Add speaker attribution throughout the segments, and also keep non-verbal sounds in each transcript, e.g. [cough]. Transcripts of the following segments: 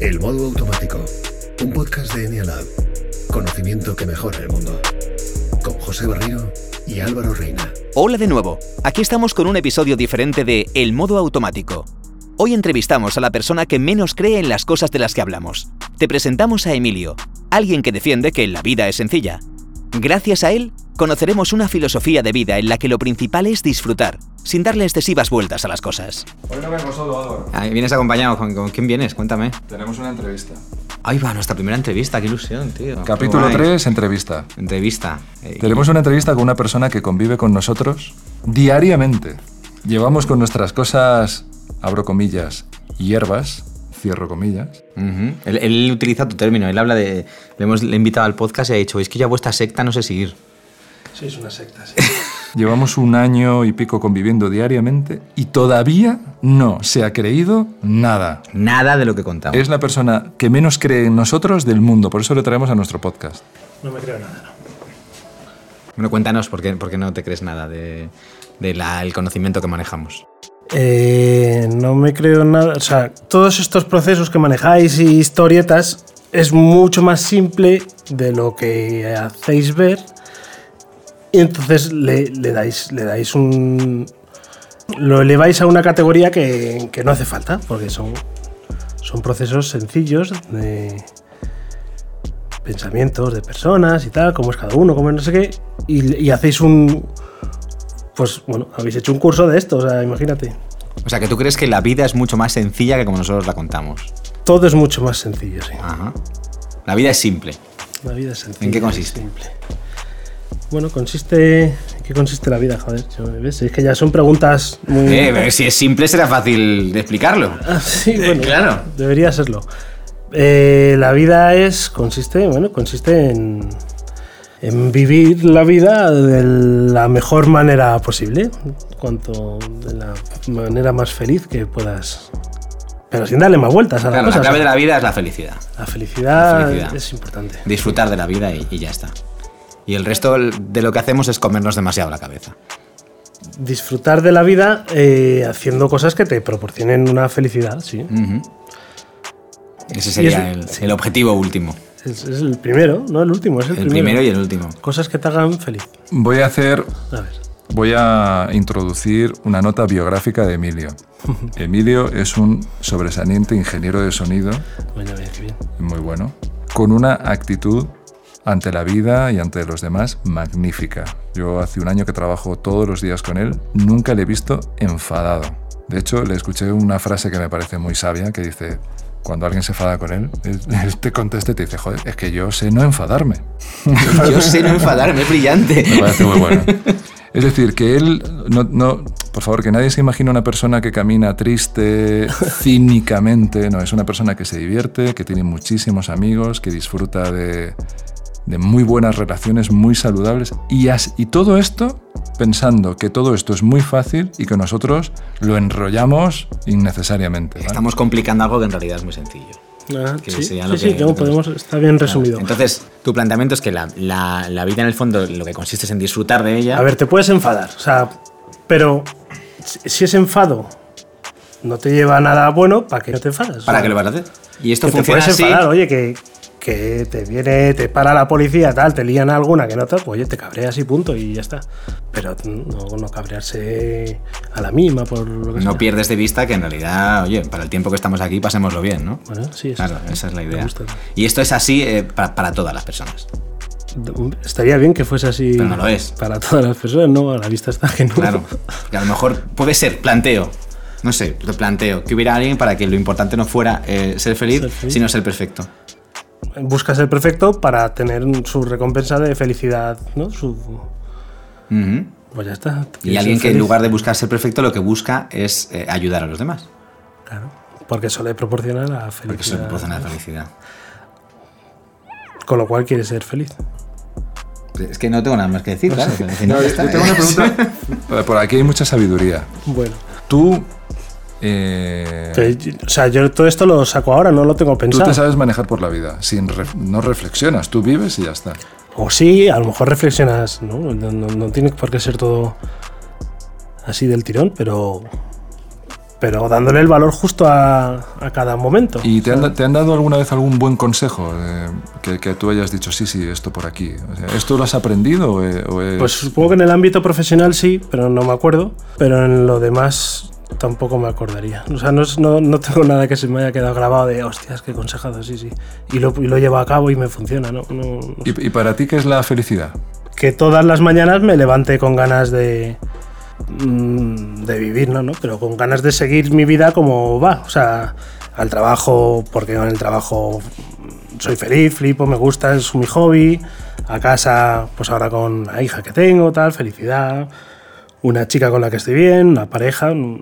Speaker 1: El modo automático, un podcast de Enialab. Conocimiento que mejora el mundo. Con José Barriro y Álvaro Reina.
Speaker 2: Hola de nuevo, aquí estamos con un episodio diferente de El modo automático. Hoy entrevistamos a la persona que menos cree en las cosas de las que hablamos. Te presentamos a Emilio, alguien que defiende que la vida es sencilla. Gracias a él, conoceremos una filosofía de vida en la que lo principal es disfrutar, sin darle excesivas vueltas a las cosas.
Speaker 3: Hoy no vengo solo, Álvaro.
Speaker 4: Ah, ¿Vienes acompañado? ¿Con, con quién vienes? Cuéntame.
Speaker 3: Tenemos una entrevista.
Speaker 4: Ahí va, nuestra primera entrevista, qué ilusión, tío. Qué
Speaker 3: Capítulo
Speaker 4: guay.
Speaker 3: 3, entrevista.
Speaker 4: Entrevista. Eh,
Speaker 3: Tenemos una entrevista con una persona que convive con nosotros diariamente. Llevamos con nuestras cosas, abro comillas, hierbas, cierro comillas.
Speaker 4: ujú. él, él utiliza tu término, él habla de... Le hemos le he invitado al podcast y ha dicho, es que yo a vuestra secta no sé si ir.
Speaker 5: Sois una secta, [laughs] sí.
Speaker 3: Llevamos un año y pico conviviendo diariamente y todavía no se ha creído nada.
Speaker 4: Nada de lo que contamos.
Speaker 3: Es la persona que menos cree en nosotros del mundo, por eso lo traemos a nuestro podcast.
Speaker 5: No me creo nada, no.
Speaker 4: Bueno, cuéntanos por qué, por qué no te crees nada del de, la- el conocimiento que manejamos.
Speaker 5: Eh, no me creo nada. O sea, todos estos procesos que manejáis y historietas es mucho más simple de lo que hacéis ver. Y entonces le, le dais, le dais un. Lo eleváis a una categoría que, que no hace falta, porque son, son procesos sencillos de pensamientos de personas y tal, cómo es cada uno, cómo es no sé qué. Y, y hacéis un. Pues bueno, habéis hecho un curso de esto, o sea, imagínate.
Speaker 4: O sea, que tú crees que la vida es mucho más sencilla que como nosotros la contamos.
Speaker 5: Todo es mucho más sencillo, sí.
Speaker 4: Ajá. La vida es simple.
Speaker 5: La vida es sencilla.
Speaker 4: ¿En qué consiste?
Speaker 5: es simple. Bueno, consiste. ¿En qué consiste la vida? Joder, yo- ¿ves? Es que ya son preguntas muy.
Speaker 4: Eh, pero si es simple será fácil de explicarlo.
Speaker 5: [laughs] Ah, sí,
Speaker 4: eh,
Speaker 5: bueno,
Speaker 4: claro.
Speaker 5: Debería serlo. Eh, la vida es. consiste, bueno, consiste en. en vivir la vida de la mejor manera posible. Cuanto de la manera más feliz que puedas. Pero sin darle más vueltas a la
Speaker 4: Claro, la
Speaker 5: cosa.
Speaker 4: clave de la vida es la felicidad.
Speaker 5: La felicidad
Speaker 4: La felicidad.
Speaker 5: es importante.
Speaker 4: disfrutar de la vida y, y ya está. Y el resto de lo que hacemos es comernos demasiado la cabeza.
Speaker 5: disfrutar de la vida eh, haciendo cosas que te proporcionen una felicidad, sí.
Speaker 4: Ujú. Ese sería
Speaker 5: es-
Speaker 4: el, el objetivo último.
Speaker 5: Es, es el primero, no el último, es el,
Speaker 4: El primero y el [laughs] último.
Speaker 5: Cosas que te hagan feliz.
Speaker 3: Voy a hacer
Speaker 5: A ver.
Speaker 3: Voy a introducir una nota biográfica de Emilio. Emilio es un sobresaliente ingeniero de sonido,
Speaker 5: Bueno, mira, qué bien.
Speaker 3: muy bueno, con una actitud ante la vida y ante los demás magnífica. Yo hace un año que trabajo todos los días con él, nunca le he visto enfadado. De hecho, le escuché una frase que me parece muy sabia, que dice, cuando alguien se enfada con él, él- [laughs] él te contesta y te dice, joder, es que yo sé no enfadarme.
Speaker 4: Yo sé [laughs] no enfadarme, es brillante.
Speaker 3: Me parece muy bueno. Es decir, que él, no, no- por favor, que nadie se imagine una persona que camina triste, cínicamente, no, es una persona que se divierte, que tiene muchísimos amigos, que disfruta de, de muy buenas relaciones, muy saludables, y, as- y todo esto pensando que todo esto es muy fácil y que nosotros lo enrollamos innecesariamente. ¿vale?
Speaker 4: Estamos complicando algo que en realidad es muy sencillo.
Speaker 5: Ah,
Speaker 4: Que
Speaker 5: sí, sí,
Speaker 4: sería lo
Speaker 5: sí,
Speaker 4: que-
Speaker 5: como podemos, está bien resumido.
Speaker 4: Entonces, tu planteamiento es que la, la- la vida en el fondo lo que consiste es en disfrutar de ella.
Speaker 5: A ver, te puedes enfadar, o sea, pero si si ese enfado no te lleva a nada bueno, ¿para qué no te enfadas?
Speaker 4: ¿Para
Speaker 5: O sea,
Speaker 4: qué lo vas a hacer? Y esto
Speaker 5: que te
Speaker 4: funciona
Speaker 5: puedes
Speaker 4: así.
Speaker 5: enfadar, oye, que, que te viene, te para la policía, tal, te lían alguna que no tal, pues oye, te cabreas y punto, y ya está. Pero no, no cabrearse a la misma por lo que
Speaker 4: No
Speaker 5: sea.
Speaker 4: pierdes de vista que en realidad, oye, para el tiempo que estamos aquí, pasémoslo bien, ¿no?
Speaker 5: Bueno, sí, eso
Speaker 4: Claro,
Speaker 5: está.
Speaker 4: esa es la
Speaker 5: Me
Speaker 4: idea.
Speaker 5: gusta.
Speaker 4: Y esto es así eh, para, para todas las personas.
Speaker 5: Estaría bien que fuese así
Speaker 4: Pero no lo es.
Speaker 5: para todas las personas, ¿no? A la vista está que no. [laughs]
Speaker 4: Claro. Y a lo mejor puede ser, planteo. No sé, lo planteo. Que hubiera alguien para que lo importante no fuera eh, ser, feliz,
Speaker 5: Ser feliz.
Speaker 4: sino ser perfecto.
Speaker 5: Busca ser perfecto para tener su recompensa de felicidad, ¿no? Su,
Speaker 4: Ujú.
Speaker 5: pues ya está.
Speaker 4: Y alguien que en lugar de buscar ser perfecto, lo que busca es eh, ayudar a los demás.
Speaker 5: Claro, porque eso le proporciona la felicidad.
Speaker 4: Porque eso proporciona felicidad.
Speaker 5: Con lo cual quiere ser feliz.
Speaker 4: Es que no tengo nada más que decir, claro. que al final ya
Speaker 3: No, yo-
Speaker 4: está,
Speaker 3: yo tengo
Speaker 4: ¿eh?
Speaker 3: una pregunta. Por aquí hay mucha sabiduría.
Speaker 5: Bueno.
Speaker 3: Tú... eh,
Speaker 5: Pero, o sea, yo todo esto lo saco ahora, no lo tengo
Speaker 3: Tú
Speaker 5: pensado.
Speaker 3: te sabes manejar por la vida, sin ref- no reflexionas, tú vives y ya está.
Speaker 5: O sí, a lo mejor reflexionas, ¿no? No, no- no tiene por qué ser todo así del tirón, pero. pero dándole el valor justo a, a cada momento.
Speaker 3: ¿Y te han, te han dado alguna vez algún buen consejo eh, que, que tú hayas dicho, sí, sí, esto por aquí? O sea, ¿Esto lo has aprendido o, eh, o es-
Speaker 5: Pues supongo que en el ámbito profesional sí, pero no me acuerdo. Pero en lo demás tampoco me acordaría. O sea, no, es- no, no tengo [laughs] nada que se me haya quedado grabado de hostias, qué consejado, sí, sí. Y lo, y lo llevo a cabo y me funciona, ¿no? No- no sé.
Speaker 3: ¿Y, y para ti qué es la felicidad?
Speaker 5: Que todas las mañanas me levante con ganas de. mm, de vivir, ¿no? ¿no? Pero con ganas de seguir mi vida como va. O sea, al trabajo, porque en el trabajo soy feliz, flipo, me gusta, es mi hobby. A casa, pues ahora con la hija que tengo, tal, felicidad. Una chica con la que estoy bien, una pareja. mm,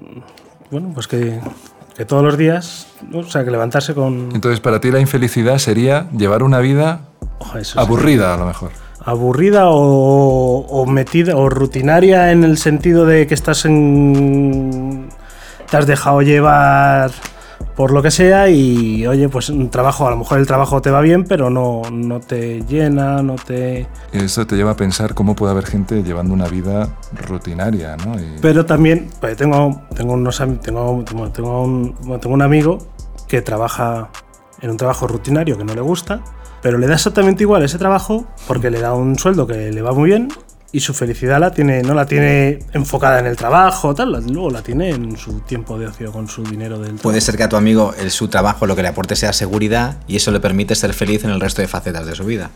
Speaker 5: Bueno, pues que, que todos los días, ¿no? o sea, que levantarse con.
Speaker 3: Entonces, para ti la infelicidad sería llevar una vida
Speaker 5: Ojo, eso sí.
Speaker 3: aburrida, a lo mejor.
Speaker 5: aburrida o, o metida o rutinaria en el sentido de que estás en te has dejado llevar por lo que sea y oye pues un trabajo a lo mejor el trabajo te va bien pero no, no te llena no te
Speaker 3: Eso te lleva a pensar cómo puede haber gente llevando una vida rutinaria, ¿no? Y-
Speaker 5: pero también pues, tengo tengo unos am- tengo bueno, tengo un, bueno, tengo un amigo que trabaja en un trabajo rutinario que no le gusta pero le da exactamente igual ese trabajo porque le da un sueldo que le va muy bien y su felicidad la tiene no la tiene enfocada en el trabajo tal la- luego la tiene en su tiempo de ocio con su dinero del trabajo.
Speaker 4: Puede ser que a tu amigo el, su trabajo lo que le aporte sea seguridad y eso le permite ser feliz en el resto de facetas de su vida.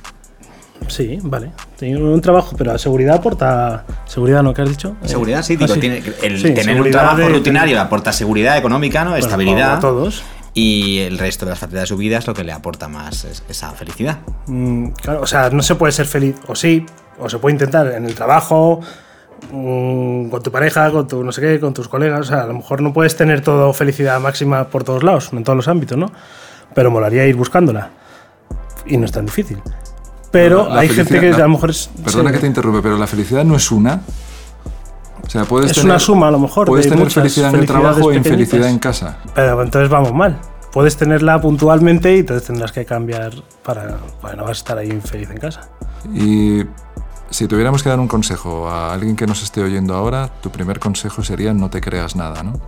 Speaker 5: sí vale tiene un trabajo pero la seguridad aporta seguridad no que has dicho Eh,
Speaker 4: Seguridad, sí,
Speaker 5: ah,
Speaker 4: digo, tiene- el
Speaker 5: Sí,
Speaker 4: tener un
Speaker 5: seguridad
Speaker 4: trabajo
Speaker 5: de-
Speaker 4: rutinario le aporta seguridad económica, ¿no?
Speaker 5: Bueno,
Speaker 4: estabilidad.
Speaker 5: a todos
Speaker 4: Y el resto de las facetas de su vida es lo que le aporta más es- esa [laughs] felicidad.
Speaker 5: Mm, claro, o sea, no se puede ser feliz, o sí, o se puede intentar en el trabajo, mm, con tu pareja, con tu no sé qué, con tus colegas. O sea, a lo mejor no puedes tener todo felicidad máxima por todos lados, en todos los ámbitos, ¿no? Pero molaría ir buscándola. Y no es tan difícil. Pero
Speaker 3: La
Speaker 5: hay
Speaker 3: felicidad-
Speaker 5: gente que
Speaker 3: la-
Speaker 5: a lo mejor es.
Speaker 3: Perdona
Speaker 5: sí,
Speaker 3: que te interrumpe, pero la felicidad no es una. O sea, puedes
Speaker 5: Es
Speaker 3: tener-
Speaker 5: una suma, a lo mejor,
Speaker 3: Puedes
Speaker 5: de
Speaker 3: tener
Speaker 5: muchas
Speaker 3: felicidad en el
Speaker 5: felicidades
Speaker 3: trabajo e
Speaker 5: pequeñitas.
Speaker 3: infelicidad en casa.
Speaker 5: Pero entonces vamos mal. Puedes tenerla puntualmente y entonces tendrás que cambiar para. Bueno, vas a estar ahí infeliz en casa.
Speaker 3: Y si tuviéramos que dar un consejo a alguien que nos esté oyendo ahora, tu primer consejo sería no te creas nada, ¿no?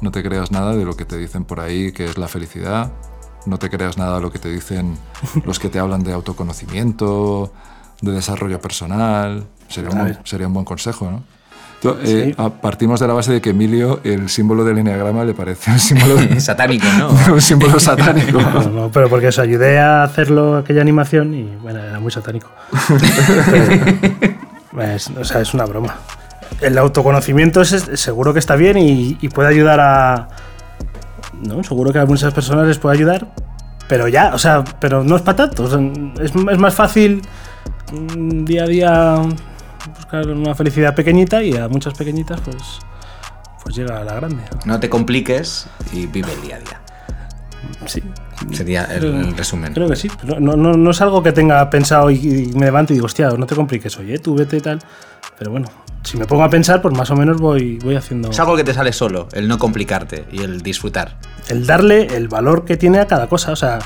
Speaker 3: No te creas nada de lo que te dicen por ahí, que es la felicidad. No te creas nada de lo que te dicen los que te hablan de autoconocimiento, de desarrollo personal. Sería un, buen, sería un buen consejo, ¿no? Tú, eh, a- Partimos de la base de que Emilio, el símbolo del enneagrama, le parece un símbolo,
Speaker 4: Satánico, ¿no? [laughs]
Speaker 3: un símbolo satánico.
Speaker 5: No, [laughs] no, pero porque os ayudé a hacerlo aquella animación y bueno, era muy satánico. Pero, es, o sea, es una broma. El autoconocimiento es, es- seguro que está bien y, y puede ayudar a. No, seguro que a muchas personas les puede ayudar. Pero ya, o sea, pero no es para tanto. o sea, es, es más fácil mm, día a día buscar una felicidad pequeñita y a muchas pequeñitas, pues. Pues llega a la grande. ¿no?
Speaker 4: No te compliques y vive el día a día.
Speaker 5: Sí,
Speaker 4: Sería el,
Speaker 5: Creo-
Speaker 4: el resumen.
Speaker 5: Creo que sí. pero No, no, no es algo que tenga pensado y, y me levanto y digo, hostia, no te compliques, oye, tú vete y tal. Pero bueno, si me pongo a pensar, pues más o menos voy, voy haciendo.
Speaker 4: Es algo que te sale solo, el no complicarte y el disfrutar.
Speaker 5: El darle el valor que tiene a cada cosa. O sea,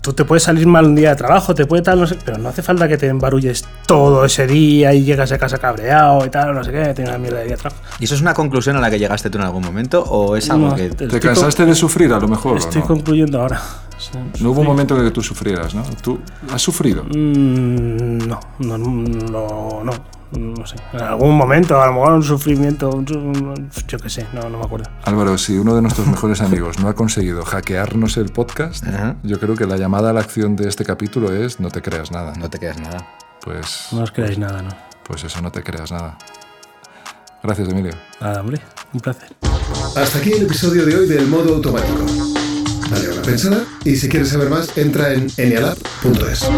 Speaker 5: tú te puedes salir mal un día de trabajo, te puede tal, no sé, pero no hace falta que te embarulles todo ese día y llegas a casa cabreado y tal, no sé qué, tienes una mierda de día de trabajo.
Speaker 4: ¿Y eso es una conclusión a la que llegaste tú en algún momento o es algo
Speaker 5: No,
Speaker 4: que...
Speaker 5: te-
Speaker 3: ¿Te
Speaker 5: Estoy con-
Speaker 3: cansaste de sufrir, a lo mejor? o
Speaker 5: Estoy
Speaker 3: no?
Speaker 5: concluyendo ahora. O sea,
Speaker 3: No hubo un momento en el que tú sufrieras, ¿no? Tú has sufrido.
Speaker 5: Mm, No, no, no, no, no sé. En algún momento, a lo mejor un sufrimiento, un- yo qué sé, no, no me acuerdo.
Speaker 3: Álvaro, si uno de nuestros mejores amigos no ha conseguido hackearnos el podcast,
Speaker 4: Ajá.
Speaker 3: yo creo que la llamada a la acción de este capítulo es no te creas nada.
Speaker 4: No te creas nada.
Speaker 3: Pues,
Speaker 5: No os creáis nada, ¿no?
Speaker 3: pues eso, no te creas nada. Gracias, Emilio.
Speaker 5: Nada, hombre, un placer.
Speaker 1: Hasta aquí el episodio de hoy del modo automático. Dale una pensada y si quieres saber más, entra en enialab.es.